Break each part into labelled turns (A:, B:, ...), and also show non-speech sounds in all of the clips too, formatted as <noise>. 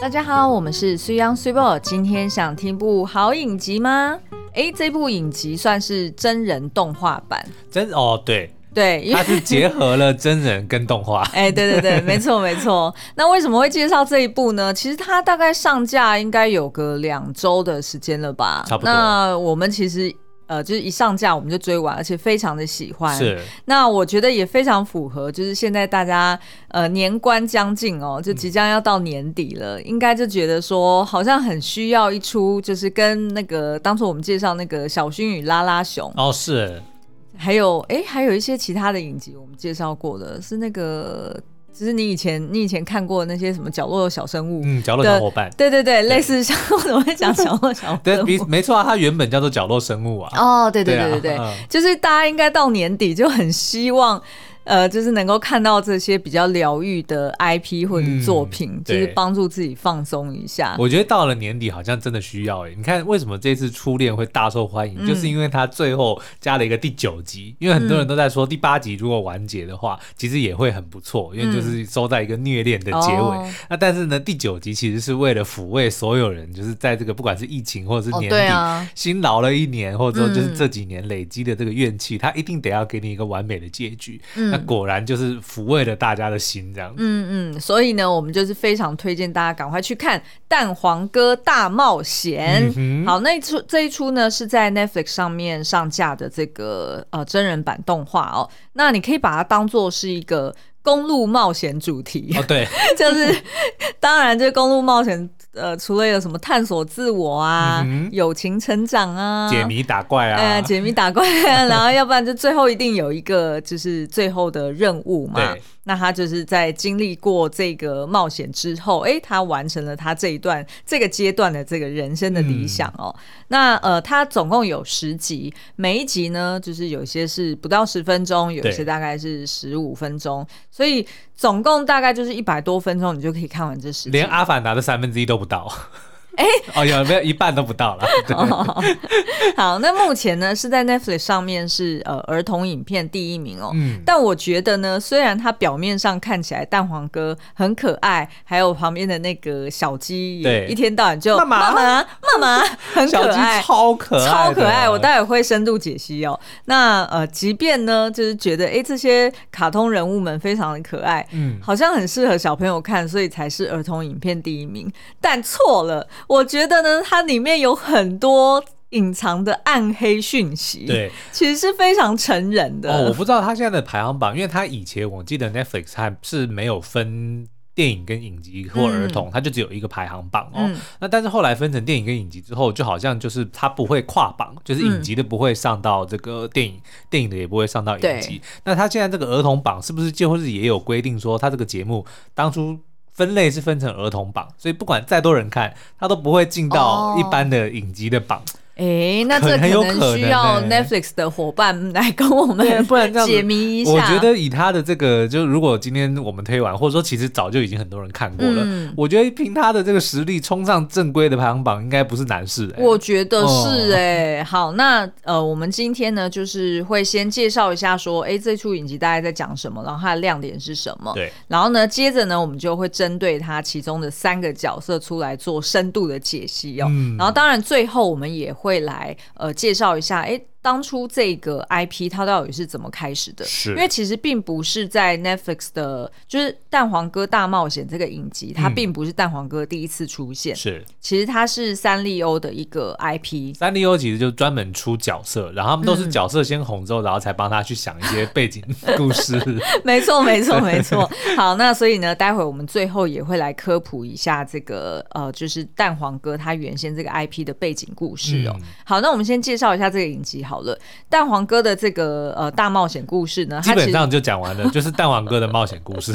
A: 大家好，我们是虽央虽报，今天想听部好影集吗？诶，这部影集算是真人动画版，
B: 真哦，对，
A: 对，因为。
B: 它是结合了真人跟动画
A: 哎，对对
B: <laughs>
A: 对，没错没错。那为什么会介绍这一部呢？其实它大概上架应该有个两周的时间了吧。
B: 差不多
A: 那我们其实呃，就是一上架我们就追完，而且非常的喜欢。。
B: 是，
A: 那我觉得也非常符合，就是现在大家呃年关将近哦，就即将要到年底了，
B: 嗯
A: 应该就觉得说好像很需要一出，就是跟那个当初我们介绍那个小薰与拉拉熊，
B: 哦，是
A: 还有哎、还有一些其他的影集我们介绍过的，是那个，就是你以前你以前看过的那些什么角落的小生物，
B: 嗯，角落小伙伴，
A: 对对对，类似像 <laughs> 我怎么会讲角落小
B: 对，
A: 生
B: 比
A: 物？
B: 没错啊，它原本叫做角落生物啊。
A: 哦，对对对对对，
B: 啊嗯
A: 就是大家应该到年底就很希望。呃，就是能够看到这些比较疗愈的 IP 或者是作品，
B: 嗯
A: 就是
B: 对
A: 帮助自己放松一 <laughs> 下。
B: 我觉得到了年底好像真的需要欸诶。你看为什么这次初恋会大受欢迎，
A: 嗯
B: 就是因为它最后加了一个第九集，因为很多人都在说第八集如果完结的
A: 嗯
B: 话，其实也会很不错，因为就是收在一个虐恋的结尾。
A: 哦
B: 那但是呢，第九集其实是为了抚慰所有人，就是在这个不管是疫情或者是
A: 哦
B: 年底，
A: 对啊
B: 辛劳了一年，或者说就是
A: 嗯
B: 这几年累积的这个怨气，他一定得要给你一个完美的结局。
A: 嗯
B: 那果然就是抚慰了大家的心，这样。
A: 嗯嗯，所以呢，我们就是非常推荐大家赶快去看《蛋黄哥大冒险》
B: 嗯哼
A: 好，那一出这一出呢是在 Netflix 上面上架的这个呃真人版动画哦，那你可以把它当做是一个公路冒险主题。
B: 哦，对，
A: <laughs> 就是当然，这公路冒险，呃，除了有什么探索自我啊、
B: 嗯哼
A: 友情成长啊、
B: 解谜打怪啊，
A: 哎呀、解谜打怪啊，然后要不然就最后一定有一个就是最后的任务嘛
B: 对。
A: 那他就是在经历过这个冒险之后，哎、他完成了他这一段这个阶段的这个人生的理想
B: 嗯
A: 哦。那呃，他总共有十集，每一集呢，就是有些是不到十分钟，有一些
B: 对
A: 大概是十五分钟，所以总共大概就是一百多分钟，你就可以看完这十集。
B: 连阿凡达的三分之一都不到。哎、 <laughs> 哦，有没有一半都不到了？
A: <laughs> <laughs>
B: 对
A: 哦好，那目前呢是在 Netflix 上面是呃儿童影片第一名哦。
B: 嗯，
A: 但我觉得呢，虽然它表面上看起来蛋黄哥很可爱，还有旁边的那个小鸡也
B: 对
A: 一天到晚就
B: 妈妈
A: 妈妈妈
B: <laughs>
A: 很
B: 小
A: 可
B: 鸡
A: 爱。
B: 超可爱的，
A: 超可爱，我待会会深度解析哦。那呃，即便呢，就是觉得诶这些卡通人物们非常的可爱，
B: 嗯，
A: 好像很适合小朋友看，所以才是儿童影片第一名。但错了，我觉得呢，它里面有很多隐藏的暗黑讯息，，
B: 对。
A: 其实是非常成人的。
B: 哦，我不知道他现在的排行榜，因为他以前我记得 Netflix 它是没有分。电影跟影集或儿童，它就只有一个排行榜哦。
A: 嗯
B: 那但是后来分成电影跟影集之后，就好像就是它不会跨榜，就是
A: 嗯
B: 影集的不会上到这个电影，电影的也不会上到影集。那它现在这个儿童榜是不是就会是也有规定说，它这个节目当初分类是分成儿童榜，所以不管再多人看，它都不会进到
A: 哦
B: 一般的影集的榜。
A: 诶，那这
B: 可很有
A: 可能
B: 可
A: 需
B: 能
A: 要
B: 欸
A: Netflix 的伙伴来跟我
B: 对
A: 们
B: 不然这样子
A: 解谜一下。
B: 我觉得以他的这个，就如果今天我们推完，或者说其实早就已经很多人看过了，
A: 嗯
B: 我觉得凭他的这个实力冲上正规的排行榜，应该不是难事、欸。
A: 我觉得是
B: 哦
A: 哎、好，那呃，我们今天呢，就是会先介绍一下说，哎、这出影集大概在讲什么，然后它的亮点是什么。
B: 对，
A: 然后呢，接着呢，我们就会针对它其中的三个角色出来做深度的解析哦。
B: 嗯
A: 然后当然最后我们也会来呃介绍一下，哎，当初这个 IP 它到底是怎么开始的？
B: 是
A: 因为其实并不是在 Netflix 的，就是《蛋黄哥大冒险》这个影集，它
B: 嗯
A: 并不是蛋黄哥第一次出现，
B: 是
A: 其实它是三丽鸥的一个 IP。
B: 三丽鸥其实就专门出角色，然后他们
A: 嗯
B: 都是角色先红之后，然后才帮他去想一些
A: <laughs>
B: 背景故事。
A: <laughs> 没错，没
B: <laughs>
A: 错，没错。好，那所以呢，待会我们最后也会来科普一下这个呃，就是蛋黄哥他原先这个 IP 的背景故事哦。
B: 嗯
A: 好，那我们先介绍一下这个影集好了。蛋黄哥的这个呃大冒险故事呢，
B: 基
A: 它其
B: 本
A: 实
B: 上就讲完了，就是蛋黄哥的冒险故事。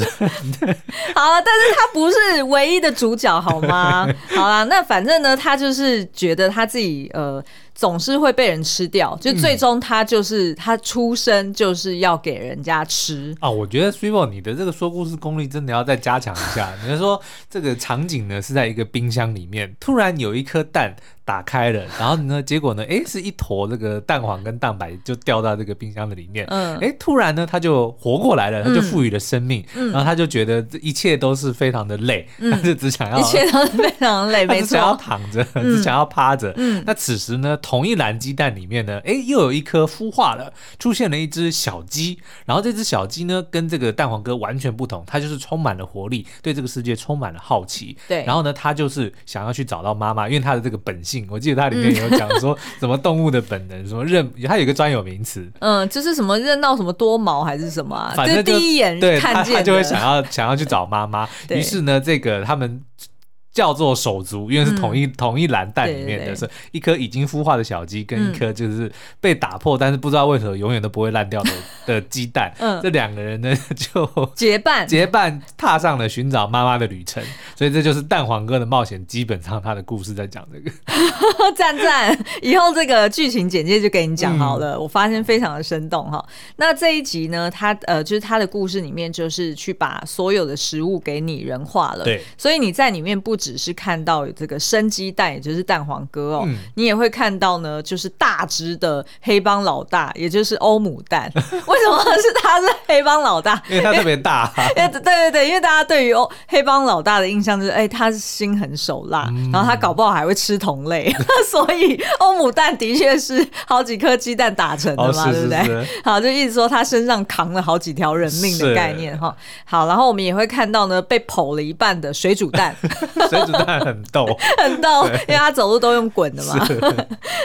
A: 好了，但是他不是 <laughs> 唯一的主角，好吗？好啦，那反正呢，他就是觉得他自己呃，总是会被人吃掉，
B: 嗯
A: 就最终他就是、他出生就是要给人家吃。
B: 啊，我觉得 s u i v o 你的这个说故事功力真的要再加强一下。你是说这个场景呢是在一个冰箱里面，突然有一颗蛋打开了，然后呢，结果呢，诶，是一坨这个蛋黄跟蛋白就掉到这个冰箱的里面，
A: 嗯
B: 诶，突然呢，它就活过来了，它就赋予了生命，
A: 嗯
B: 然后它就觉得这一切都是非常的累，它就只想要
A: 一切都是非常累，
B: 啊他
A: 没
B: 只想要
A: 错，
B: 躺着， <laughs> 嗯只想要趴着。那此时呢，同一篮鸡蛋里面呢，诶，又有一颗孵化了，出现了一只小鸡。然后这只小鸡呢，跟这个蛋黄哥完全不同，它就是充满了活力，对这个世界充满了好奇。
A: 对
B: 然后呢，它就是想要去找到妈妈，因为它的这个本性，我记得它里面有讲说什么动物的本能，什么认，它有一个专有名词。
A: 嗯，就是什么认到什么多毛还是什么、啊，
B: 反
A: 这
B: 正
A: 第
B: 就
A: 一眼
B: 对
A: 看
B: 他
A: 见
B: 他就会
A: 的
B: 想要 <laughs> 想要去找妈妈。
A: 对
B: 于是呢，这个他们叫做手足，因为是同一、同一篮蛋里
A: 对对
B: 面的，
A: 嗯对嗯
B: 是一颗已经孵化的小鸡，跟一颗就是被打破，但是不知道为何永远都不会
A: <laughs>
B: 烂掉的的鸡蛋。
A: 嗯
B: 这两个人呢就。
A: 结伴，
B: 结伴踏上了寻找妈妈的旅程，所以这就是蛋黄哥的冒险。基本上他的故事在讲这
A: 嗯 <laughs>
B: 个，
A: 赞赞，以后这个剧情简介就给你
B: 嗯
A: 讲好了。我发现非常的生动哈。那这一集呢，它呃就是它的故事里面就是去把所有的食物给拟人化了，
B: 对，
A: 所以你在里面不只是看到有这个生鸡蛋，也就是蛋黄哥哦，
B: 嗯
A: 你也会看到呢，就是大只的黑帮老大，也就是欧姆蛋。 <laughs> 为什么是他是黑帮老大？
B: 因为它特别大、啊
A: <laughs> 哎，对对对，因为大家对于哦黑帮老大的印象就是，哎，他是心狠手辣，
B: 嗯
A: 然后他搞不好还会吃同类， <laughs> 所以欧姆蛋的确是好几颗鸡蛋打成的
B: 哦，
A: 嘛，
B: 是
A: 对
B: 是
A: 不对？
B: 是，
A: <laughs> 好，就一直说他身上扛了好几条人命的
B: 是
A: 概念哈。好，然后我们也会看到呢，被剖了一半的水煮蛋， <laughs>
B: 水煮蛋很逗，
A: 很逗，因为他走路都用滚的嘛。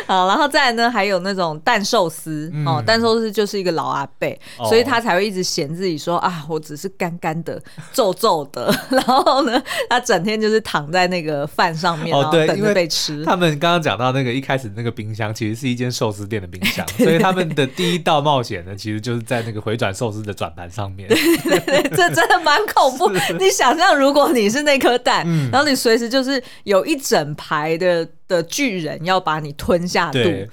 A: 好，呃然后再来呢，还有那种蛋寿司、哦，蛋寿司就是一个老阿伯，
B: 嗯哦
A: 所以他才会一直嫌自己说啊，我只是干干的、皱皱的， <laughs> 然后呢，他整天就是躺在那个饭上面，
B: 哦
A: 然后
B: 对
A: 等
B: 因
A: 着
B: 为
A: 被吃。
B: 他们刚刚讲到那个一开始那个冰箱，其实是一间寿司店的冰箱，所以他们的第一道冒险呢，其实就是在那个回转寿司的转盘上面。
A: <laughs> 对，这真的蛮恐怖。你想象，如果你是那颗蛋，
B: 嗯
A: 然后你随时就是有一整排的的巨人要把你吞下肚，
B: 对，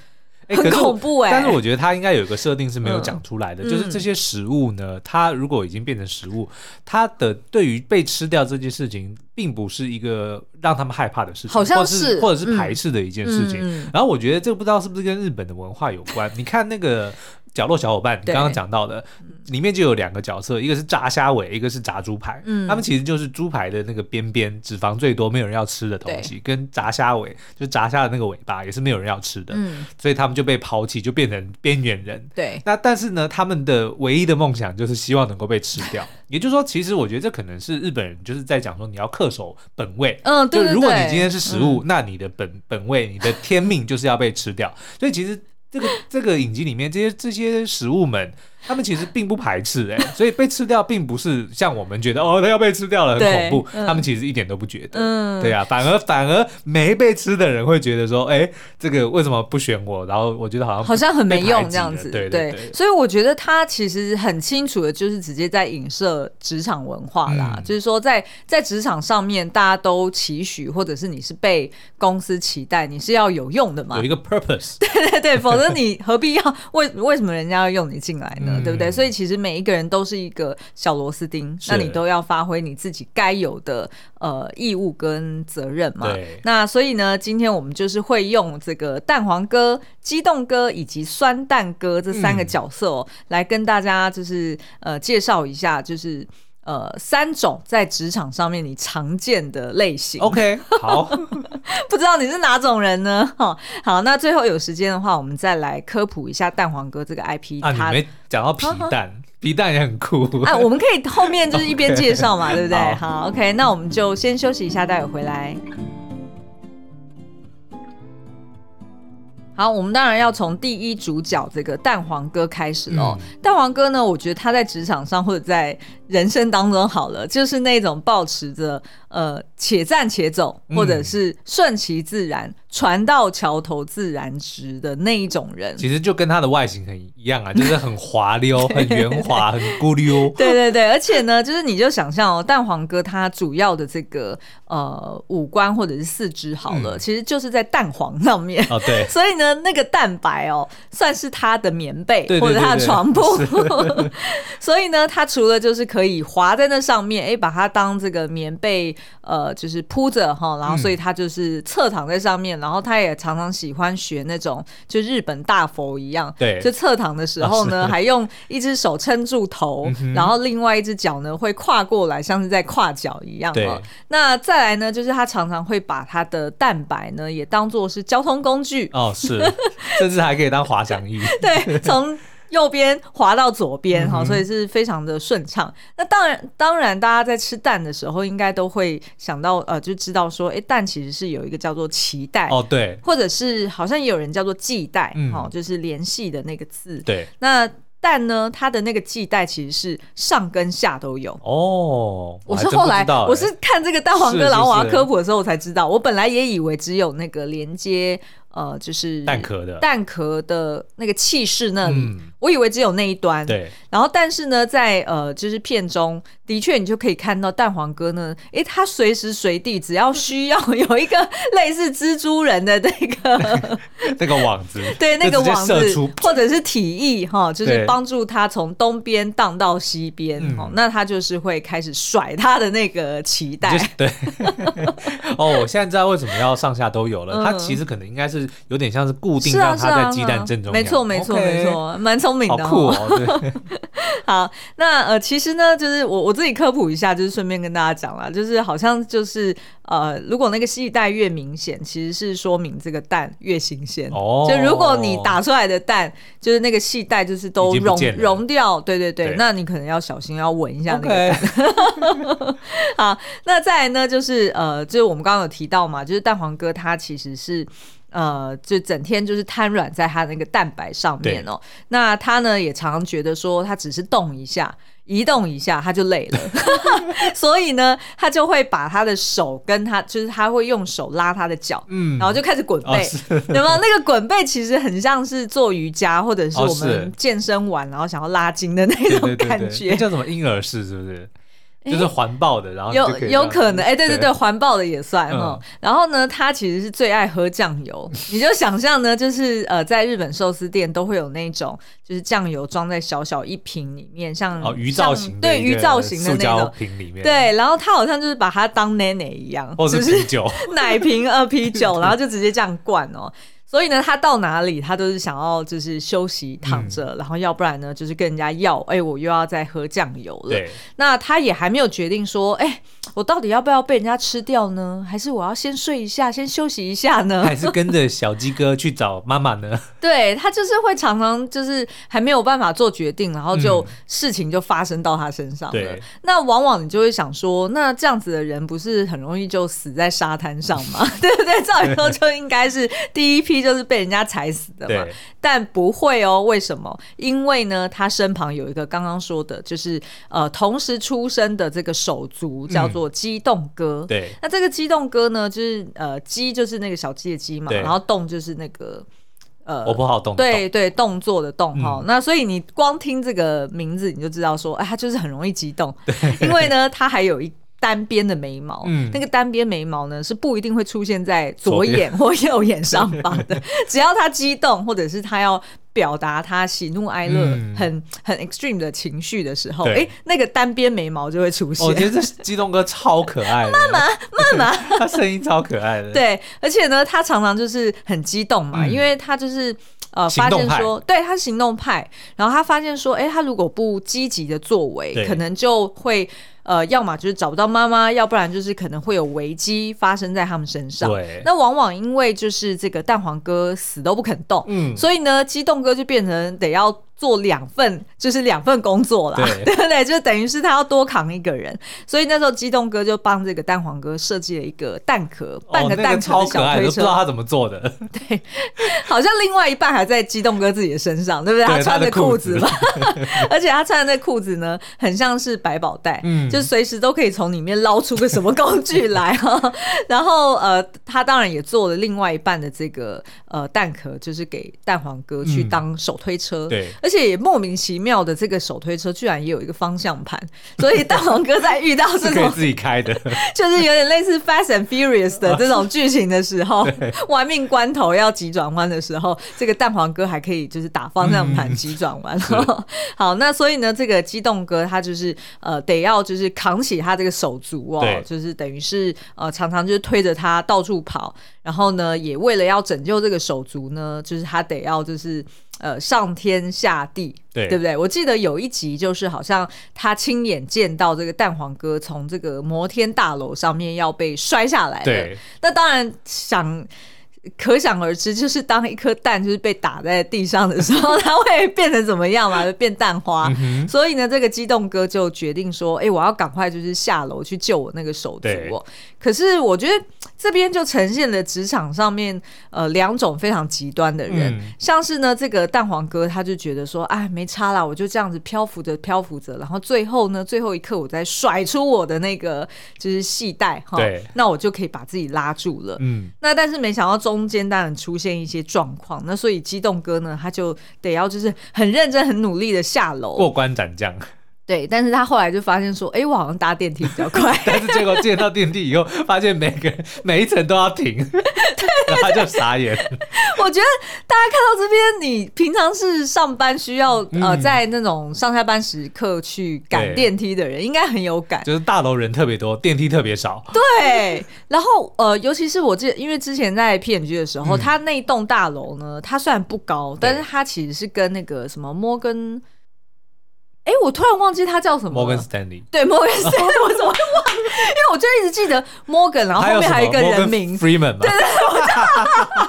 B: 哎
A: 很
B: 可是我
A: 恐怖嗯哎
B: 但是我觉得它应该有一个设定是没有讲出来的，就是这些食物呢，它如果已经变成食物，它的对于被吃掉这件事情，并不是一个让他们害怕的事情，
A: 好像
B: 或者
A: 是
B: 是或者是
A: 嗯
B: 排斥的一件事情。
A: 嗯
B: 然后我觉得这个不知道是不是跟日本的文化有关。你看那个。角落小伙伴，你
A: 对
B: 刚刚讲到的，里面就有两个角色，一个是炸虾尾，一个是炸猪排。
A: 嗯
B: 他们其实就是猪排的那个边边，脂肪最多，没有人要吃的东西，跟炸虾尾，就是炸虾的那个尾巴，也是没有人要吃的。
A: 嗯，
B: 所以他们就被抛弃，就变成边缘人。
A: 对。
B: 那但是呢，他们的唯一的梦想就是希望能够被吃
A: <laughs>
B: 掉。也就是说，其实我觉得这可能是日本人就是在讲说，你要恪守本位。
A: 嗯，对对对。
B: 就
A: 嗯
B: 如果你今天是食物，那你的本本位、你的天命就是要被吃掉。所以其实这个这个影集里面这些这些食物们，他们其实并不排斥哎、所以被吃掉并不是像我们觉得哦，他要被吃掉了很
A: 对
B: 恐怖，
A: 嗯
B: 他们其实一点都不觉得。
A: 嗯，
B: 对啊，反而反而没被吃的人会觉得说，哎、这个为什么不选我？然后我觉得好像
A: 好像很没
B: 被排
A: 用
B: 挤
A: 这样
B: 了
A: 子，
B: 对对，
A: 所以我觉得他其实很清楚的，就是直接在影射职场文化啦，
B: 嗯
A: 就是说在在职场上面，大家都期许，或者是你是被公司期待，你是要有用的嘛
B: 有一，个 purpose，
A: 对对
B: <laughs>
A: 对，否则你何必要为为什么人家要用你进来呢？
B: 嗯
A: 对不对？所以其实每一个人都是一个小螺丝钉，
B: 是
A: 那你都要发挥你自己该有的呃义务跟责任嘛
B: 对。
A: 那所以呢，今天我们就是会用这个蛋黄哥、激动哥以及酸蛋哥这三
B: 嗯
A: 个角色哦，来跟大家就是呃介绍一下，就是呃三种在职场上面你常见的类型。
B: OK，好，
A: <laughs> 不知道你是哪种人呢？哈，好，那最后有时间的话，我们再来科普一下蛋黄哥这个 IP
B: 啊，
A: 它。
B: 你没讲到皮
A: <laughs>
B: 蛋，皮蛋也很酷，
A: 啊，我们可以后面就是一边
B: <laughs> OK
A: 介绍嘛，对不对？
B: 好
A: 好，OK，那我们就先休息一下，待会回来。好，我们当然要从第一主角这个蛋黄哥开始喽。
B: 嗯
A: 蛋黄哥呢，我觉得他在职场上或者在人生当中好了，就是那种保持着呃且战且走，
B: 嗯
A: 或者是顺其自然、船到桥头自然直的那一种人。
B: <laughs> 其实就跟他的外形很一样啊，就是很
A: <laughs>
B: 滑溜、很圆滑、很咕溜。 <laughs>
A: 对对对，而且呢，就是你就想象哦，蛋黄哥他主要的这个呃五官或者是四肢好了，
B: 嗯
A: 其实就是在蛋黄上面。
B: 哦，对，
A: 所以呢，那个蛋白哦，算是他的棉被
B: 对对
A: 或者他的
B: 对对
A: 床铺。 <laughs> 所以呢，他除了就是可以滑在那上面，哎，把它当这个棉被，呃，就是铺着哈，然后
B: 嗯
A: 所以他就是侧躺在上面，然后他也常常喜欢学那种就日本大佛一样，
B: 对啊
A: 就侧躺的时候呢，还用一只手撑住头，
B: 嗯
A: 然后另外一只脚呢会跨过来，像是在跨脚一样
B: 对
A: 哦。那再来呢，就是他常常会把他的蛋白呢也当做是交通工具，
B: 哦是，甚至还可以当滑翔翼。
A: <laughs> 对，从右边滑到左
B: 嗯
A: 边哈、所以是非常的顺畅。那当然，当然，大家在吃蛋的时候，应该都会想到呃，就知道说，哎、蛋其实是有一个叫做脐带。
B: 哦，对
A: 或者是好像也有人叫做系带，哈、
B: 嗯
A: 就是联系的那个字。
B: 对，
A: 那蛋呢，它的那个系带其实是上跟下都有。
B: 哦，
A: 我
B: 还
A: 是
B: 真
A: 后
B: 不
A: 来
B: 知道，欸
A: 我是看这个蛋黄
B: 是
A: 哥，
B: 是
A: 然后我要
B: 是
A: 科普的时候，我才知道。我本来也以为只有那个连接，呃，就是
B: 蛋壳的，
A: 蛋壳的那个气势那里，
B: 嗯
A: 我以为只有那一端。
B: 对，
A: 然后，但是呢，在呃，就是片中的确你就可以看到蛋黄哥呢，诶，他随时随地只要需要有一个类似蜘蛛人的那个 <laughs>
B: 那个网子，
A: 对那个
B: 就直接
A: 网
B: 射
A: 子
B: 出，
A: 或者是体翼哈、就是
B: 对
A: 帮助他从东边荡到西边、
B: 嗯
A: 哦，那他就是会开始甩他的那个脐带
B: 就。是对。 <laughs> 哦，我现在知道为什么要上下都有了。它
A: 嗯
B: 其实可能应该是有点像是固定
A: 是啊
B: 让
A: 是
B: 它在
A: 啊，
B: 鸡
A: 是啊
B: 蛋正中央。
A: 没错没错
B: OK
A: 没，错，蛮聪明
B: 好
A: 的、哦，
B: 酷哦！
A: <laughs>
B: 对，
A: 好，那呃，其实呢，就是我我自己科普一下，就是顺便跟大家讲啦，就是好像就是呃，如果那个系带越明显，其实是说明这个蛋越新鲜。
B: 哦
A: 就如果你打出来的蛋，就是那个系带就是都
B: 已经不
A: 融
B: 见了
A: 融掉，对对对，
B: 对
A: 那你可能要小心，要闻一下那个
B: OK，
A: 好，那再来呢，就是呃，就是我们刚刚有提到嘛，就是蛋黄哥他其实是。呃，就整天就是瘫软在他那个蛋白上面哦。那他呢也常常觉得说，他只是动一下、移动一下，他就累了， <laughs> 所以呢，他就会把他的手跟他，就是他会用手拉他的脚，
B: 嗯
A: <laughs> 然后就开始滚
B: 哦
A: 背，
B: 是
A: 有没有？那个滚背其实很像是做瑜伽或者是
B: 哦
A: 我
B: 是
A: 们健身完然后想要拉筋的那
B: 对
A: 种
B: 对对
A: 感
B: 对，
A: 觉。
B: 那叫什么婴儿式是不是？就是
A: 诶
B: 环抱的，然后
A: 有
B: 啊你就以
A: 有
B: 这样嗯
A: 可能，哎、对对对，
B: 对，嗯
A: 环抱的也算哈、然后呢，他其实是最爱喝酱
B: <laughs>
A: 油，你就想象呢，就是呃，在日本寿司店都会有那种，就是酱油装在小小一瓶里面，像
B: 哦，鱼造
A: 像
B: 型的
A: 对
B: 一
A: 鱼
B: 个
A: 造型的
B: 塑
A: 那
B: 胶
A: 种。
B: 瓶里面，，
A: 对，然后他好像就是把它当奶奶一样，
B: 或
A: 是
B: 哦是
A: 不是
B: 啤酒，
A: <laughs> 奶瓶二啤
B: <laughs>
A: 酒，然后就直接这样灌哦。所以呢，他到哪里，他都是想要就是休息躺
B: 嗯
A: 着，然后要不然呢，就是跟人家要，哎、我又要再喝酱油了。 <laughs>
B: 对，
A: 那他也还没有决定说，哎、我到底要不要被人家吃掉呢？还是我要先睡一下，先休息一下呢？
B: 还是跟着小鸡哥去找妈妈呢？
A: <laughs> 对他就是会常常就是还没有办法做决定，然后就、
B: 嗯
A: 事情就发生到他身上了
B: 对。
A: 那往往你就会想说，那这样子的人不是很容易就死在沙滩上吗？ <laughs> 对不对？照理说就应该是第一批就是被人家踩死的嘛
B: 对。
A: 但不会哦，为什么？因为呢，他身旁有一个刚刚说的，就是呃同时出生的这个手足叫做激动哥。
B: 嗯对，
A: 那这个激动哥呢，就是呃鸡就是那个小鸡的鸡嘛，
B: 对
A: 然后动就是那个呃
B: 我不好动，
A: 对对，动作的动哈、
B: 嗯
A: 那所以你光听这个名字，你就知道说，哎，他就是很容易激
B: <laughs>
A: 动，因为呢，他还有一。单边的眉毛，
B: 嗯
A: 那个单边眉毛呢是不一定会出现在左
B: 左边
A: 眼或右眼上方
B: <laughs>
A: 的，只要他激动或者是他要表达他喜怒哀乐、
B: 嗯
A: 很很 extreme 的情绪的时候，哎、
B: 对哦
A: 那个单边眉毛就会出现。<laughs>
B: 我觉得这激动哥超可爱的，妈妈妈妈， <laughs> 他声音超可爱的，，
A: 对，而且呢，他常常就是很激动嘛，
B: 嗯
A: 因为他就是呃
B: 行
A: 发
B: 动
A: 现
B: 派
A: 说，对他是行动派，然后他发现说，哎、他如果不积极的作为，
B: 对
A: 可能就会呃，要么就是找不到妈妈，要不然就是可能会有危机发生在他们身上。
B: 对
A: 那往往因为就是这个蛋黄哥死都不肯动，
B: 嗯，
A: 所以呢，激动哥就变成得要做两份，就是两份工作啦，
B: 对
A: <laughs> 对不对？就等于是他要多扛一个人，所以那时候激动哥就帮这个蛋黄哥设计了一个蛋壳，半
B: 哦那
A: 蛋壳
B: 超
A: 的
B: 可
A: 小
B: 爱，
A: 推
B: 都不知
A: 车，
B: 道他怎么
A: <laughs>
B: 做的。
A: 好像另外一半还在激动哥自己的身上，对不对？
B: 对
A: 他穿
B: 他
A: 着
B: 的
A: 裤
B: 裤
A: 子
B: 子 <laughs>
A: 嘛，而且他穿的那裤子呢，很像是百宝袋，
B: 嗯
A: 就随时都可以从里面捞出个什么工具来啊。 <laughs> 然后呃，他当然也做了另外一半的这个呃蛋壳，就是给蛋黄哥去
B: 嗯
A: 当手推车，
B: 对
A: 而且也莫名其妙的这个手推车居然也有一个方向盘，所以蛋黄哥在遇到这
B: 是可以
A: 种
B: 自己开
A: <laughs>
B: 的，
A: 就是有点类似《Fast and Furious》的这种剧情的时候，玩命关头要急转弯的时候，这个蛋黄哥还可以就是打方向盘急转弯。 <laughs> 好，那所以呢，这个机动哥他就是呃得要就是扛起他这个手足哦
B: 对，
A: 就是等于是呃常常就是推着他到处跑，然后呢也为了要拯救这个手足呢，就是他得要就是呃上天下地，
B: 对
A: 对不对？我记得有一集就是好像他亲眼见到这个蛋黄哥从这个摩天大楼上面要被摔下来的
B: 对，
A: 那当然想。可想而知，就是当一颗蛋就是被打在地上的时
B: <laughs>
A: 候，它会变成怎么样嘛？就变蛋花。
B: 嗯
A: <laughs> 所以呢，这个激动哥就决定说：“哎、我要赶快就是下楼去救我那个手足
B: 对
A: 哦。”可是我觉得这边就呈现了职场上面呃两种非常极端的人，
B: 嗯
A: 像是呢这个蛋黄哥他就觉得说，哎，没差啦，我就这样子漂浮着漂浮着，然后最后呢最后一刻我再甩出我的那个就是系带哈
B: 对，
A: 那我就可以把自己拉住了。
B: 嗯，
A: 那但是没想到中间当然出现一些状况，那所以激动哥呢，他就得要就是很认真、很努力的下楼。
B: 过关斩将。 <laughs>
A: 对，但是他后来就发现说，哎、我好像搭电梯比较快， <laughs>
B: 但是结果见到电梯以后，发现每个 <laughs> 每一层都要停， <laughs> 然后他就傻眼。
A: 我觉得大家看到这边，你平常是上班需要呃
B: 嗯
A: 在那种上下班时刻去赶
B: 对
A: 电梯的人，应该很有感。
B: 就是大楼人特别多，电梯特别少。
A: 对，然后呃，尤其是我记得，因为之前在 PMG 的时候，
B: 嗯
A: 它那一栋大楼呢，它虽然不高，但是它其实是跟那个什么摩根，哎，我突然忘记它叫什么
B: 摩根
A: 了。
B: 斯坦利，
A: 对，摩根斯坦利，我怎么会忘？ <laughs> 因为我就一直记得摩根，然后后面还有一个人名，
B: Freeman 嘛，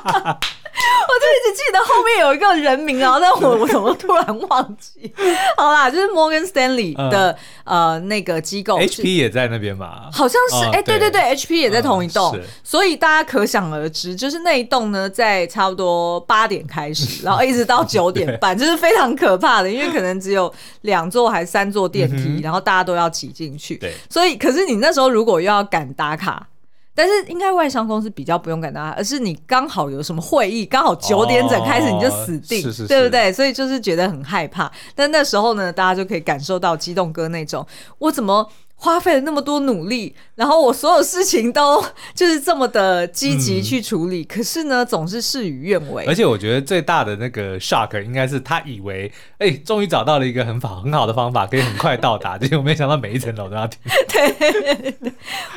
A: 我就一直记得后面有一个人名，然后但我 <laughs> 我怎么突然忘记？
B: <laughs>
A: 好啦，就是 Morgan Stanley
B: 嗯
A: 的、呃那个机构
B: HP 也在那边嘛。
A: 好像是
B: 哦
A: 哎、对对
B: 对
A: 对，HP 也在同一栋，
B: 嗯是
A: 所以大家可想而知，就是那一栋呢，在差不多八点开始，然后一直到九点
B: <laughs>
A: 半，就是非常可怕的，因为可能只有两座还三座电梯，
B: 嗯哼
A: 然后大家都要挤进去，
B: 对
A: 所以可是你那时候如果又要赶打卡。但是应该外商公司比较不用赶打卡，而是你刚好有什么会议，刚好九点整开始你就死定，
B: 哦是是是
A: 对不对？所以就是觉得很害怕。但那时候呢，大家就可以感受到激动哥那种，我怎么花费了那么多努力，然后我所有事情都就是这么的积极
B: 嗯
A: 去处理，可是呢，总是事与愿违
B: 而。且我觉得最大的那个 shock 应该是他以为，哎、终于找到了一个很好很好的方法，可以很快到达，结果没想到每一层楼都要停。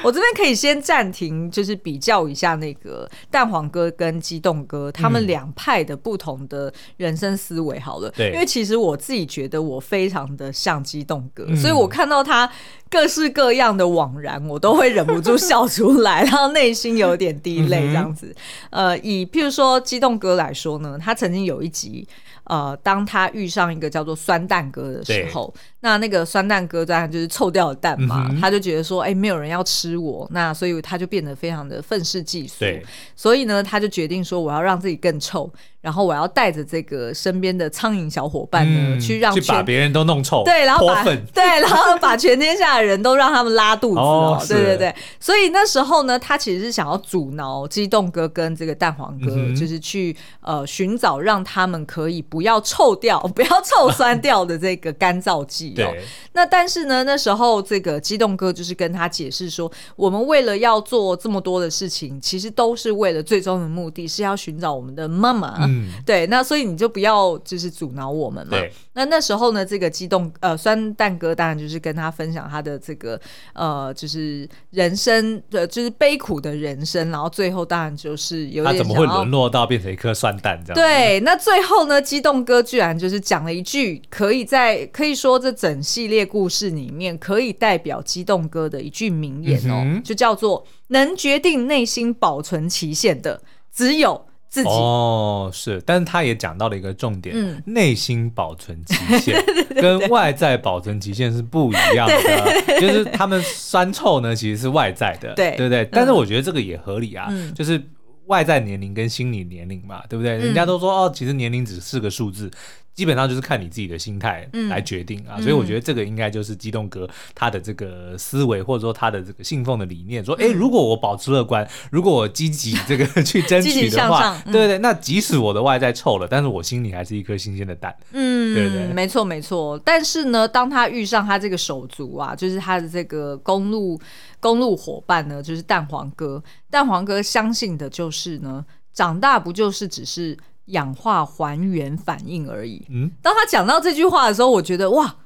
A: 我这边可以先暂停，就是比较一下那个蛋黄哥跟激动哥他们
B: 嗯
A: 两派的不同的人生思维好了。
B: 对
A: 因为其实我自己觉得我非常的像激动哥，
B: 嗯
A: 所以我看到他各式各样的惘然，我都会忍不住笑出来， <laughs> 然后内心有点
B: 嗯
A: 滴泪这样子。呃，以譬如说激动哥来说呢，他曾经有一集。呃，当他遇上一个叫做酸蛋哥的时
B: 对
A: 候，那那个酸蛋哥当然就是臭掉的蛋嘛，
B: 嗯哼
A: 他就觉得说，哎、没有人要吃我，那所以他就变得非常的愤世嫉俗。
B: 对，
A: 所以呢，他就决定说，我要让自己更臭，然后我要带着这个身边的苍蝇小伙伴呢，去让
B: 嗯去把
A: 全
B: 别人都弄臭，
A: 对，然后
B: 泼
A: 把
B: 粪
A: 对，然后把全天下的人都让他们拉肚子哦
B: 哦，
A: 对对
B: 是
A: 对，所以那时候呢，他其实是想要阻挠激动哥跟这个蛋黄哥，
B: 嗯哼
A: 就是去呃寻找让他们可以不要臭掉、 <laughs> 不要臭酸掉的这个干燥剂 <laughs> 哦。
B: 对，
A: 那但是呢，那时候这个激动哥就是跟他解释说，我们为了要做这么多的事情，其实都是为了最终的目的是要寻找我们的妈妈。
B: 嗯，
A: 对，那所以你就不要就是阻挠我们嘛
B: 对。
A: 那那时候呢，这个激动呃酸蛋哥当然就是跟他分享他的这个呃就是人生的就是悲苦的人生，然后最后当然就是有
B: 他
A: 点
B: 啊怎么
A: 想
B: 会
A: 要
B: 沦落到变成一颗酸蛋这样？，
A: 对，那最后呢，激动哥居然就是讲了一句，可以在可以说这整系列故事里面可以代表激动哥的一句名言哦，
B: 嗯哼
A: 就叫做“能决定内心保存期限的，只有”。自己。
B: 哦，是，但是他也讲到了一个重点，
A: 嗯
B: 内心保存期
A: <laughs>
B: 限跟外在保存期限是不一样的，就是他们酸臭呢其实是外在的，
A: 对
B: 对不对？但是我觉得这个也合理啊，
A: 嗯
B: 就是。外在年龄跟心理年龄嘛，对不对？人家都说、哦，其实年龄只是个数字，基本上就是看你自己的心态
A: 嗯
B: 来决定啊。
A: 嗯
B: 所以我觉得这个应该就是激动哥他的这个思维，或者说他的这个信奉的理念，说，
A: 嗯
B: 哎、如果我保持乐观，如果我积极这个
A: <laughs>
B: 去争
A: 积极
B: 取的
A: 向
B: 话
A: 上，嗯
B: 对对对，那即使我的外在臭了，但是我心里还是一颗新鲜的蛋。
A: 嗯，
B: 对不对
A: 没错没错。但是呢，当他遇上他这个手足啊，就是他的这个公路公路伙伴呢，就是蛋黄哥。蛋黄哥相信的就是呢，长大不就是只是氧化还原反应而已。
B: 嗯，
A: 当他讲到这句话的时候，我觉得哇，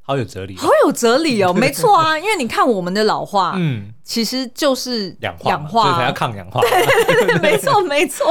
B: 好有哲理、
A: 好有哲理
B: <laughs>
A: 哦，没错啊，因为你看我们的老化，
B: 嗯，
A: 其实就是
B: 氧化嘛，
A: 氧化
B: 所以
A: 啊
B: 才要抗氧化。
A: 没错，
B: <laughs>
A: 没错。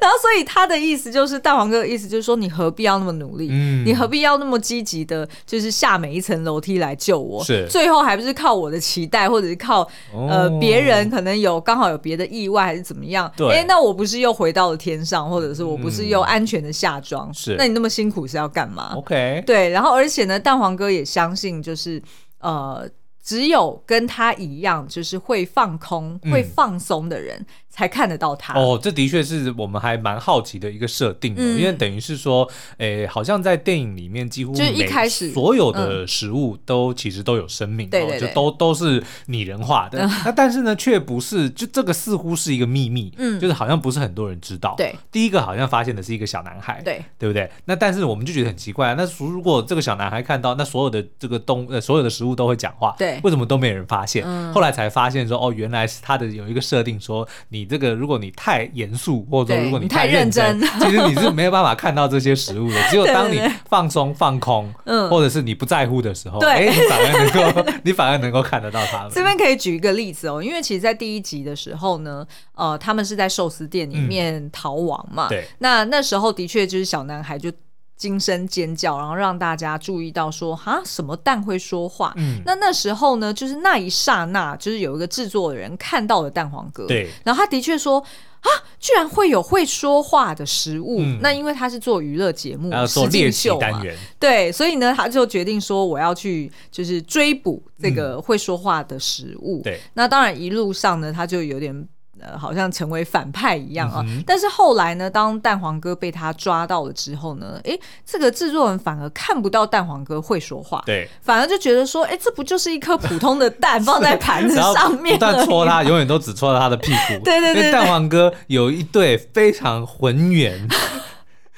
A: 然后，所以他的意思就是，大黄哥的意思就是说，你何必要那么努力？
B: 嗯
A: <laughs> 你何必要那么积极的，就是下每一层楼梯来救我？
B: 是
A: 最后还不是靠我的期待，或者是靠、呃
B: 哦
A: 别人可能有刚好有别的意外还是怎么样？
B: 对嗯
A: 诶那我不是又回到了天上，或者是我不是又安全的下庄？
B: 是
A: 那你那么辛苦是要干嘛？
B: 哦 OK，
A: 对，然后而且呢，蛋黄哥也相信，就是呃，只有跟他一样，就是会放空、
B: 嗯
A: 会放松的人，才看得到他。
B: 哦，这的确是我们还蛮好奇的一个设定、哦，
A: 嗯
B: 因为等于是说，诶、好像在电影里面几乎
A: 就是一
B: 每
A: 开始嗯
B: 所有的食物都其实都有生命、哦，
A: 对对对嗯
B: 就都都是拟人化的。那但是呢，却不是，就这个似乎是一个秘密，
A: 嗯
B: 就是好像不是很多人知道。
A: 对，
B: 第一个好像发现的是一个小男孩，
A: 对，
B: 对不对？那但是我们就觉得很奇怪，那如如果这个小男孩看到，那所有的这个动呃所有的食物都会讲话，
A: 对
B: 为什么都没人发现？
A: 嗯
B: 后来才发现说，哦，原来是他的有一个设定说，你这个如果你太严肃，或者说
A: 对
B: 如果
A: 你太
B: 太认
A: 认真
B: <laughs> 其实你是没有办法看到这些食物的。
A: <laughs>
B: 只有当你
A: 对对
B: 放松、放空，
A: 嗯
B: 或者是你不在乎的时候，
A: 对
B: 哎，你反而能够， <laughs> 你反而能够看得到他们。
A: 这边可以举一个例子哦，因为其实，在第一集的时候呢，呃，他们是在寿司店里面逃亡嘛，
B: 对
A: 那那时候的确就是小男孩就惊声尖叫，然后让大家注意到说，哈，什么蛋会说话？
B: 嗯
A: 那那时候呢，就是那一刹那，就是有一个制作人看到了蛋黄哥，
B: 对，
A: 然后他的确说。啊，居然会有会说话的食物！
B: 嗯
A: 那因为他是做娱乐节目，
B: 然后做
A: 实境
B: 猎奇
A: 秀嘛
B: 单元，
A: 对，所以呢，他就决定说我要去就是追捕这个会说话的食物。
B: 嗯对，
A: 那当然一路上呢，他就有点。呃，好像成为反派一样啊！
B: 嗯哼
A: 但是后来呢，当蛋黄哥被他抓到了之后呢，诶，这个制作人反而看不到蛋黄哥会说话，
B: 对。
A: 反而就觉得说，诶，这不就是一颗普通的蛋 <laughs> 放在盘子
B: <laughs> 然后
A: 上面
B: 不断
A: 而已啊
B: 戳
A: 吗
B: 他，永远都只戳到他的屁股。
A: <laughs> 对对对
B: 因为蛋黄哥有一对非常
A: <laughs>
B: 浑圆、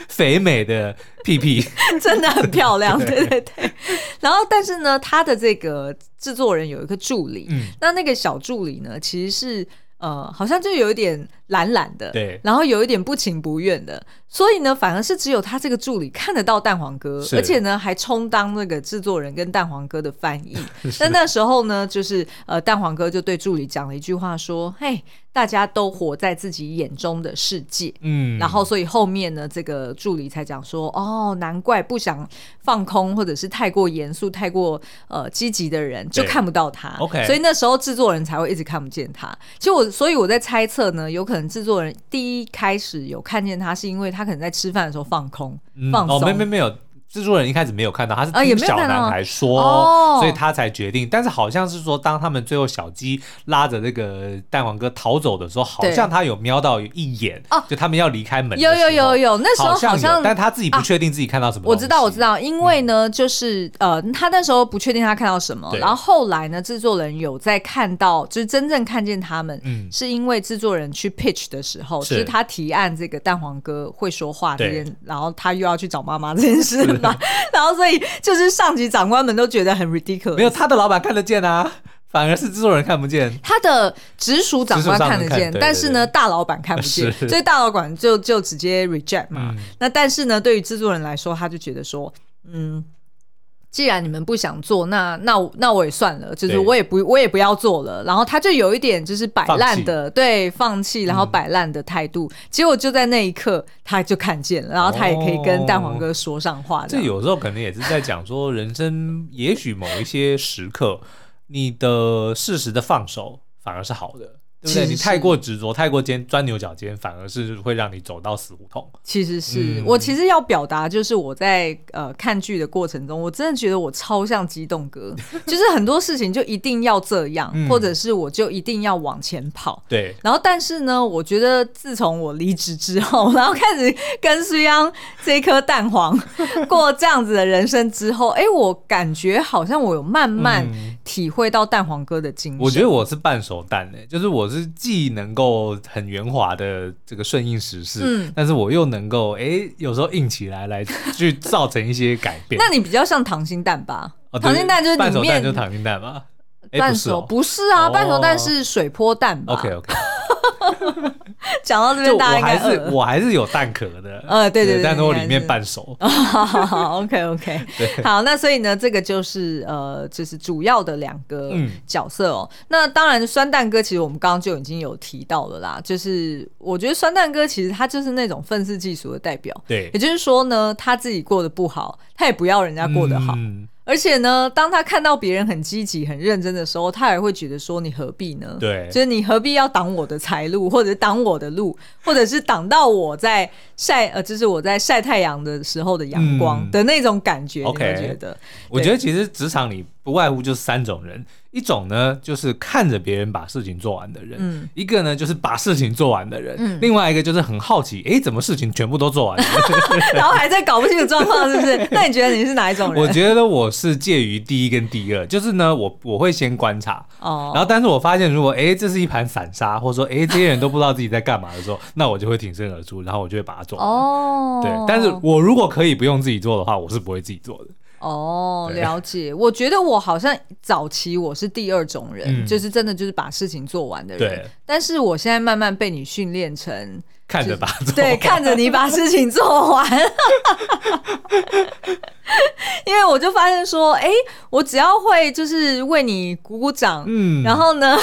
B: 肥美的屁屁。
A: 真的很漂
B: <laughs>
A: 亮，对对对。然后，但是呢，他的这个制作人有一个助理，
B: 嗯
A: 那那个小助理呢，其实是呃，好像就有一点懒懒的，
B: 对
A: 然后有一点不情不愿的，所以呢，反而是只有他这个助理看得到蛋黄哥，
B: 是
A: 而且呢，还充当那个制作人跟蛋黄哥的翻
B: <laughs>
A: 译。那那时候呢，就是呃，蛋黄哥就对助理讲了一句话，说：“嘿，大家都活在自己眼中的世界。”
B: 嗯，
A: 然后所以后面呢，这个助理才讲说，哦，难怪不想放空或者是太过严肃、太过呃积极的人就
B: 对
A: 看不到他。
B: OK
A: 所以那时候制作人才会一直看不见他。其实我，所以我在猜测呢，有可能制作人第一开始有看见他，是因为他可能在吃饭的时候放空、
B: 嗯
A: 放
B: 哦，
A: 松。
B: 没没没有。制作人一开始没有看到，他是
A: 啊也
B: 听
A: 没有
B: 小
A: 看到
B: 男孩说，
A: 哦
B: 所以他才决定。但是好像是说，当他们最后小鸡拉着那个蛋黄哥逃走的时候，好
A: 对
B: 像他有瞄到一眼
A: 哦，
B: 就他们要离开门的时
A: 有
B: 候。
A: 有有有，那时候
B: 好
A: 好
B: 像
A: 像啊
B: 有，但他自己不确定自己看到什么。嗯
A: 我知道，我知。道，因为呢，就是呃，他那时候不确定他看到什么，
B: 对
A: 然后后来呢，制作人有在看到，就是真正看见他们，
B: 嗯
A: 是因为制作人去 pitch 的时候，
B: 是
A: 就是他提案这个蛋黄哥会说话这
B: 对
A: 件，然后他又要去找妈妈这件事
B: <laughs>
A: 嘛，然后所以就是上级长官们都觉得很 ridiculous，
B: 没有他的老板看得见啊，反而是制作人看不见。
A: 他的直属长官看得
B: 直属长官
A: 见，
B: 看对
A: 但是呢，大老板看不见，
B: <laughs> 是
A: 所以大老板就就直接 reject 嘛。
B: 嗯
A: 那但是呢，对于制作人来说，他就觉得说，嗯。既然你们不想做，那那我那我也算了，就是
B: 对
A: 我也不我也不要做了。然后他就有一点就是摆烂的，对，放
B: 嗯
A: 弃，然后摆烂的态度。结果就在那一刻，他就看见了，然后他也可以跟蛋黄哥说上话
B: 这
A: 样
B: 有时候可能也是在讲说，人生也许某一些时刻，你的适时的放手反而是好的。对不对？
A: 是
B: 你太
A: 是
B: 过执着，太过尖钻牛角尖，反而是会让你走到死胡同。
A: 其实是、
B: 嗯
A: 我其实要表达，就是我在呃看剧的过程中，我真的觉得我超像激动
B: <laughs>
A: 哥，就是很多事情就一定要这样，
B: 嗯
A: 或者是我就一定要往前跑。
B: 对，
A: 然后，但是呢，我觉得自从我离职之后， <laughs> 然后开始跟苏央这颗蛋
B: <laughs>
A: 黄过这样子的人生之后，哎，我感觉好像我有慢慢
B: 嗯
A: 体会到蛋黄哥的精神。
B: 我觉得我是半熟蛋诶、就是我是既能够很圆滑的这个顺应时事，
A: 嗯
B: 但是我又能够诶、有时候硬起来来去造成一些改变
A: 那。你比较像溏心蛋吧？
B: 哦对
A: 溏心蛋就是
B: 半
A: 里
B: 熟蛋，
A: 面呃
B: 就是溏心蛋嘛。诶
A: 半
B: 不是
A: 熟
B: 哦
A: 不是啊，
B: 哦
A: 半熟蛋是水波蛋吧
B: OK OK，
A: 讲到这边，
B: 就我
A: 大家应
B: 还
A: 该
B: 是
A: <laughs> 饿了。
B: 我还是有蛋壳的，
A: 呃对对对
B: 但是我
A: 应该
B: 里面
A: 是啊
B: 半熟。
A: 好好好，OK OK，好，
B: <laughs>
A: 那所以呢，这个就是呃，就是主要的两个
B: 嗯
A: 角色哦。那当然，酸蛋哥其实我们刚刚就已经有提到了啦，就是我觉得酸蛋哥其实他就是那种愤世嫉俗的代表。
B: 对
A: 也，就是说呢，他自己过得不好，他也不要人家 <laughs> 过得好。
B: 嗯
A: 而且呢，当他看到别人很积极、很认真的时候，他也会觉得说：“你何必呢？
B: 对
A: 就是你何必要挡我的财路，或者挡我的
B: <laughs>
A: 路，或者是挡到我在晒呃，就是我在晒太阳的时候的阳光
B: 嗯
A: 的那种感觉。你
B: OK
A: 会觉 <laughs> 得？
B: 我觉得其实职场里不外乎就是三种人，一种呢就是看着别人把事情做完的人，
A: 嗯
B: 一个呢就是把事情做完的人，另外一个就是很好奇，诶，怎么事情全部都做完了？
A: 然后还在搞不清楚状况，是不
B: <laughs>
A: 是？那你觉得你是哪一种
B: 我
A: 人？
B: 觉得我是介于第一跟第二，就是呢，我我会先观察。然
A: 哦，
B: 后，但是我发现，如果诶这是一盘散沙，或者说诶这些人都不知道自己在干嘛的时候， <laughs> 那我就会挺身而出，然后我就会把它做完。
A: 哦，
B: 对，但是我如果可以不用自己做的话，我是不会自己做的。
A: 哦，
B: 对
A: 了解。我觉得我好像早期我是第二种人，
B: 嗯
A: 就是真的就是把事情做完的人
B: 对。
A: 但是我现在慢慢被你训练成，
B: 看着把它做
A: 对，
B: 完
A: 看着你把事情做完。 <laughs> 因为我就发现说，哎、我只要会就是为你鼓鼓掌，
B: <laughs> 嗯
A: 然后呢，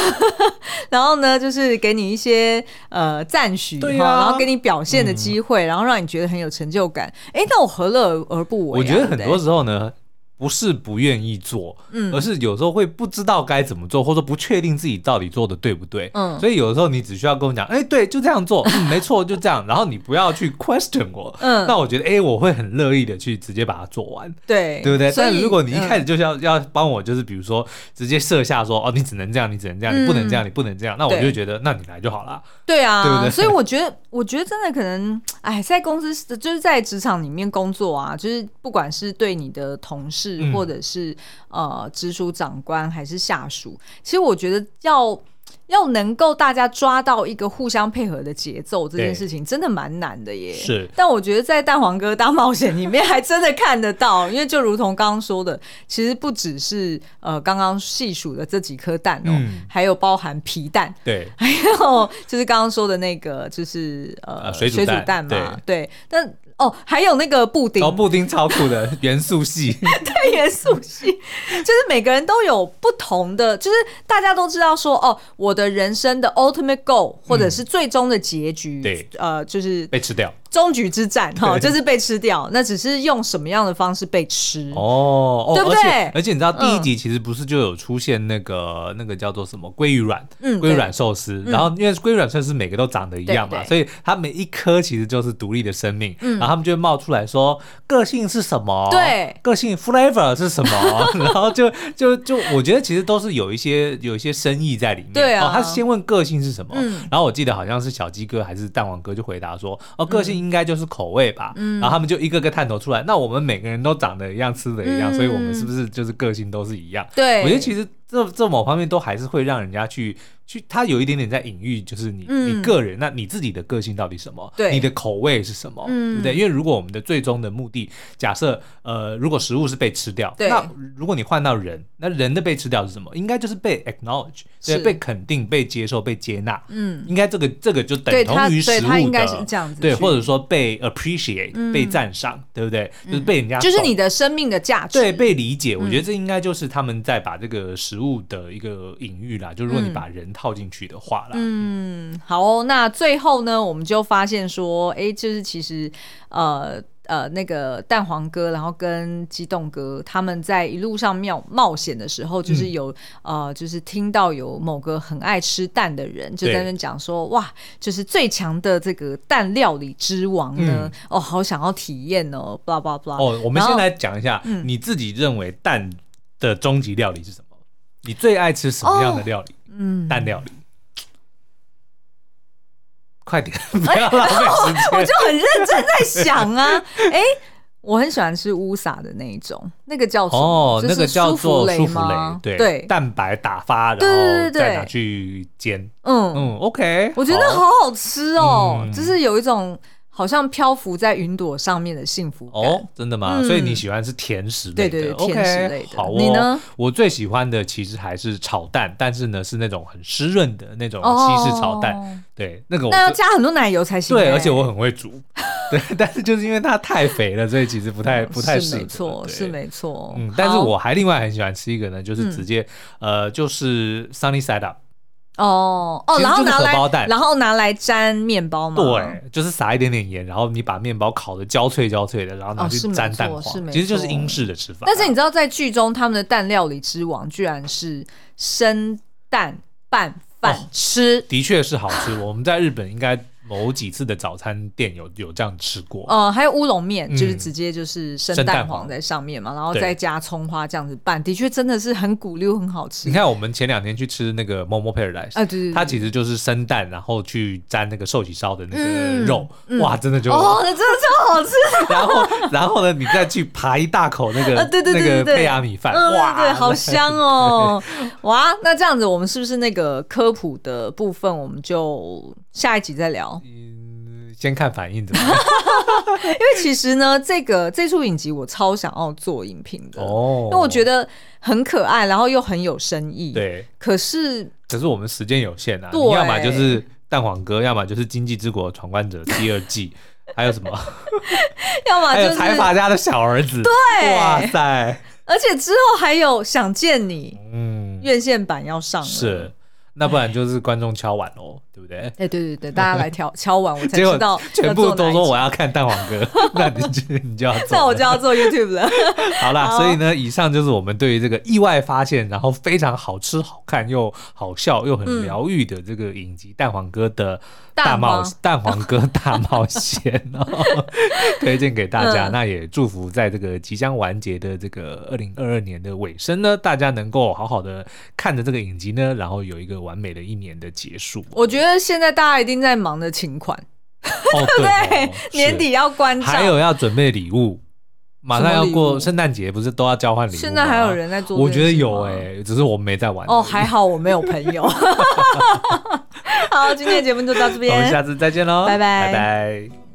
A: 然后呢，就是给你一些呃赞许，
B: 对
A: 哈
B: 啊
A: 然后给你表现的机会，然后让你觉得很有成就感。哎、那我何乐而不为、啊？
B: 我觉得很
A: 对不
B: 多
A: 对
B: 时候呢，不是不愿意做，
A: 嗯
B: 而是有时候会不知道该怎么做，或者说不确定自己到底做的对不对。
A: 嗯
B: 所以有的时候你只需要跟我讲，哎、对，就这样做，嗯、没错，就这样，然后你不要去 question 我。
A: 嗯
B: 那我觉得，哎、我会很乐意的去直接把它做完。
A: 对，
B: 对不对？
A: 所
B: 但
A: 以
B: 如果你一
A: 嗯
B: 开始就是要、要帮我，就是比如说直接设下说哦，你只能这样，你只能这样，你不能这样，你不能这样，那我
A: 嗯对
B: 就会觉得那你来就好啦。
A: 对啊，
B: 对不对
A: 所以我觉得，我觉得真的可能，哎，在公司就是在职场里面工作啊，就是不管是对你的同事，
B: 嗯
A: 或者是呃直属长官还是下属，其实我觉得要。要能够大家抓到一个互相配合的节奏，这件
B: 对
A: 事情真的蛮难的耶。
B: 是
A: 但我觉得在蛋黄哥大冒险里面 <laughs> 还真的看得到，因为就如同刚刚说的，其实不只是呃刚刚细数的这几颗蛋哦，
B: 嗯
A: 还有包含皮蛋，
B: 对，
A: <laughs> 还有就是刚刚说的那个，就是呃
B: 呃水煮
A: 煮
B: 蛋哦
A: 蛋嘛，对，但哦还有那个布丁
B: 然后，布丁超酷的 <laughs> 元素系，
A: 太严肃系， <laughs> 就是每个人都有不同的，就是大家都知道说哦，我的人生的 ultimate goal 或者是最终的结局，
B: 嗯对，
A: 呃，就是
B: 被吃掉
A: 终局之战哈，
B: <laughs> 对
A: 就是被吃掉，那只是用什么样的方式被吃，
B: 哦，哦
A: 对不
B: 而且
A: 对
B: 而且你知道第一
A: 嗯
B: 集其实不是就有出现那个那个叫做什么鲑鱼卵，
A: 嗯
B: 鲑鱼卵寿司，然后因为鲑鱼卵寿司每个都长得一样
A: 对嗯
B: 嘛，
A: 对
B: 所以它每一颗其实就是独立的生命，然后他们就会冒出来说个性是什么，
A: 对
B: 个性 flavor 是什么， <laughs> 然后就就就我觉得其实都是有一些有一些深意在里面，
A: 对啊
B: 哦他先问个性是什么
A: 嗯，
B: 然后我记得好像是小鸡哥还是蛋黄哥就回答说，哦，个
A: 嗯
B: 性应该就是口味吧，然后他们就一个个探头出来，那我们每个人都长得一样，吃的一样，
A: 嗯
B: 所以我们是不是就是个性都是一样？
A: 对，
B: 我觉得其实这这某方面都还是会让人家去去，他有一点点在隐喻，就是你、
A: 嗯
B: 你个人，那你自己的个性到底什么？
A: 对
B: 你的口味是什么？
A: 嗯
B: 对不对？因为如果我们的最终的目的，假设呃，如果食物是被吃掉，
A: 对
B: 那如果你换到人，那人的被吃掉是什么？应该就是被 acknowledge，
A: 是
B: 对，被肯定、被接受、被接纳。
A: 嗯，
B: 应该这个这个就
A: 对
B: 等
A: 他
B: 同于食
A: 对
B: 物的，
A: 他应该是这样子
B: 对，
A: 去嗯
B: 或者说被 appreciate，、被赞赏，对不对？就是被人家
A: 就是
B: 懂
A: 你的生命的价值，
B: 对，被理
A: 嗯
B: 解，我觉得这应该就是他们在把这个食物的一个隐喻啦，就如果
A: 嗯
B: 你把人套进去的话啦，
A: 好哦，那最后呢，我们就发现说，哎，就是其实呃。呃那个蛋黄哥，然后跟激动哥他们在一路上冒冒险的时候，
B: 嗯
A: 就是有、呃，就是听到有某个很爱吃蛋的人就在那边
B: 嗯
A: 讲说，哇，就是最强的这个蛋料理之王呢，哦，好想要体验哦，blah blah blah。
B: 嗯哦，我们
A: 然后嗯
B: 先来讲一下，你自己认为蛋的终极料理是什么？你最爱吃什么样的料理？
A: 嗯，
B: 蛋料理。快点， <laughs> 不
A: 哎
B: 要浪费
A: <laughs>
B: 时
A: 我 <laughs>
B: 间
A: 就。很认真在想啊， <laughs> 哎、我很喜欢吃乌撒的那一种，那个叫什么？
B: 哦，
A: 就是
B: 那个叫做
A: 芙
B: 舒芙蕾
A: 吗？，
B: 对
A: 对，
B: 蛋白打发，然
A: 对对
B: 后
A: 对对
B: 再拿去煎。
A: 嗯，
B: 嗯，OK，
A: 我觉得好好吃哦，
B: 嗯
A: 就是有一种好像漂浮在云朵上面的幸福感。
B: 哦，真的吗？
A: 嗯
B: 所以你喜欢吃甜食
A: 对
B: 类的
A: 对对
B: o
A: 甜食
B: k
A: 类的
B: 好哦。
A: 你呢？
B: 我最喜欢的其实还是炒蛋，但是呢是那种很湿润的那种
A: 哦
B: 西式炒蛋，对，那个我
A: 那要
B: 真
A: 加很多奶油才行欸、
B: 对，而且我很会煮， <laughs> 对，但是就是因为它太肥了，所以其实不太不太
A: 哦是
B: 适合，
A: 没错，
B: 对
A: 是没错。
B: 嗯，但是
A: 好嗯
B: 我还另外很喜欢吃一个呢，就是直接、呃，就是 sunny side up，
A: 哦哦，
B: 其实
A: 然后
B: 就是
A: 拿
B: 荷
A: 来
B: 包蛋
A: 然后拿来沾面包嘛。
B: 对，就是撒一点点盐，然后你把面包烤的焦脆焦脆的，然后拿
A: 哦
B: 去
A: 是没
B: 沾
A: 错
B: 蛋
A: 是
B: 黄，
A: 没
B: 其实就是
A: 错
B: 英式的吃法啦。
A: 但是你知道，在剧中他们的蛋料理之王居然是生蛋拌饭吃。
B: 的确是好
A: <laughs>
B: 吃，我们在日本应该某几次的早餐店有有这样吃过。
A: 呃，还有乌龙面，
B: 嗯
A: 就是直接就是生
B: 生蛋
A: 蛋
B: 黄
A: 黄在上面嘛，然后
B: 对
A: 再加葱花这样子拌，的确真的是很骨溜，很好吃
B: 你。看，我们前两天去吃那个 Momo Paradise，、
A: 啊，对对对，
B: 它其实就是生蛋，然后去沾那个寿喜烧的那个
A: 嗯
B: 肉，
A: 嗯
B: 哇，真的就、
A: 哦，那真的超
B: <laughs>
A: 好吃，
B: 然后然后呢，你再去扒一大口那个、
A: 啊对对对
B: 那个
A: 对对
B: 贝亚米饭，
A: 嗯，
B: 哇，
A: 对，好香
B: <laughs>
A: 哦，哇，那这样子，我们是不是那个科普的部分，我们就下一集再聊？
B: 嗯先看反应
A: <laughs>
B: 怎么样
A: 因为其实呢，这个这出影集我超想要做影评的，
B: 哦
A: 因为我觉
B: 得
A: 得很可爱，然后又很有深意。，
B: 对，
A: 可是
B: 可是我们时间有限啊，
A: 对
B: 你要么就是蛋黄哥，要么就是《经济之国闯关者》第二季，还有什么？
A: 要么
B: 还
A: 啊就
B: 有
A: 是，
B: 财阀家的小儿子，对哇塞，
A: 而且之后还有《想见你
B: 嗯》，
A: 院线版要上了。
B: 是，，那不然就是观众敲碗喽，对不对？
A: 哎，对对对，大家来敲敲完，我才
B: 结
A: 知
B: 果
A: 道
B: 全部都说我
A: 要
B: 要看蛋黄
A: <laughs>
B: 哥，那你就你就要
A: 做哪一集，那
B: 走
A: 我就
B: 了。
A: 要做 YouTube 了。 <laughs>
B: 好啦，
A: 好
B: 所以呢，以上就是我们对于这个意外发现，然后非常好吃、好看又好笑又很
A: 嗯
B: 疗愈的这个影集《蛋黄哥》的大
A: 蛋
B: 冒
A: 黄
B: 蛋黄哥大冒险
A: <laughs>
B: 哦，推荐给大家。
A: 嗯
B: 那也祝福在这个即将完结的这个二零二二年的尾声呢，大家能够好好的看着这个影集呢，然后有一个完美的一年的结
A: <laughs>
B: 束。
A: 我觉得现在大家一定在忙着请款，
B: 哦，对哦
A: 对， <laughs> 年底要关
B: 还
A: 账，
B: 有要准备礼物，马上要过圣诞节，不是都要交换礼物吗？
A: <laughs> 现在还有人在做这
B: 我
A: 件事
B: 觉
A: 吗，
B: 得有哎、只是我们没在玩而已。
A: 哦，还好我没有朋友。 <laughs> 好，今天的节目就到这
B: <laughs> 我
A: 边，
B: 们下次再见喽，
A: 拜拜
B: 拜拜。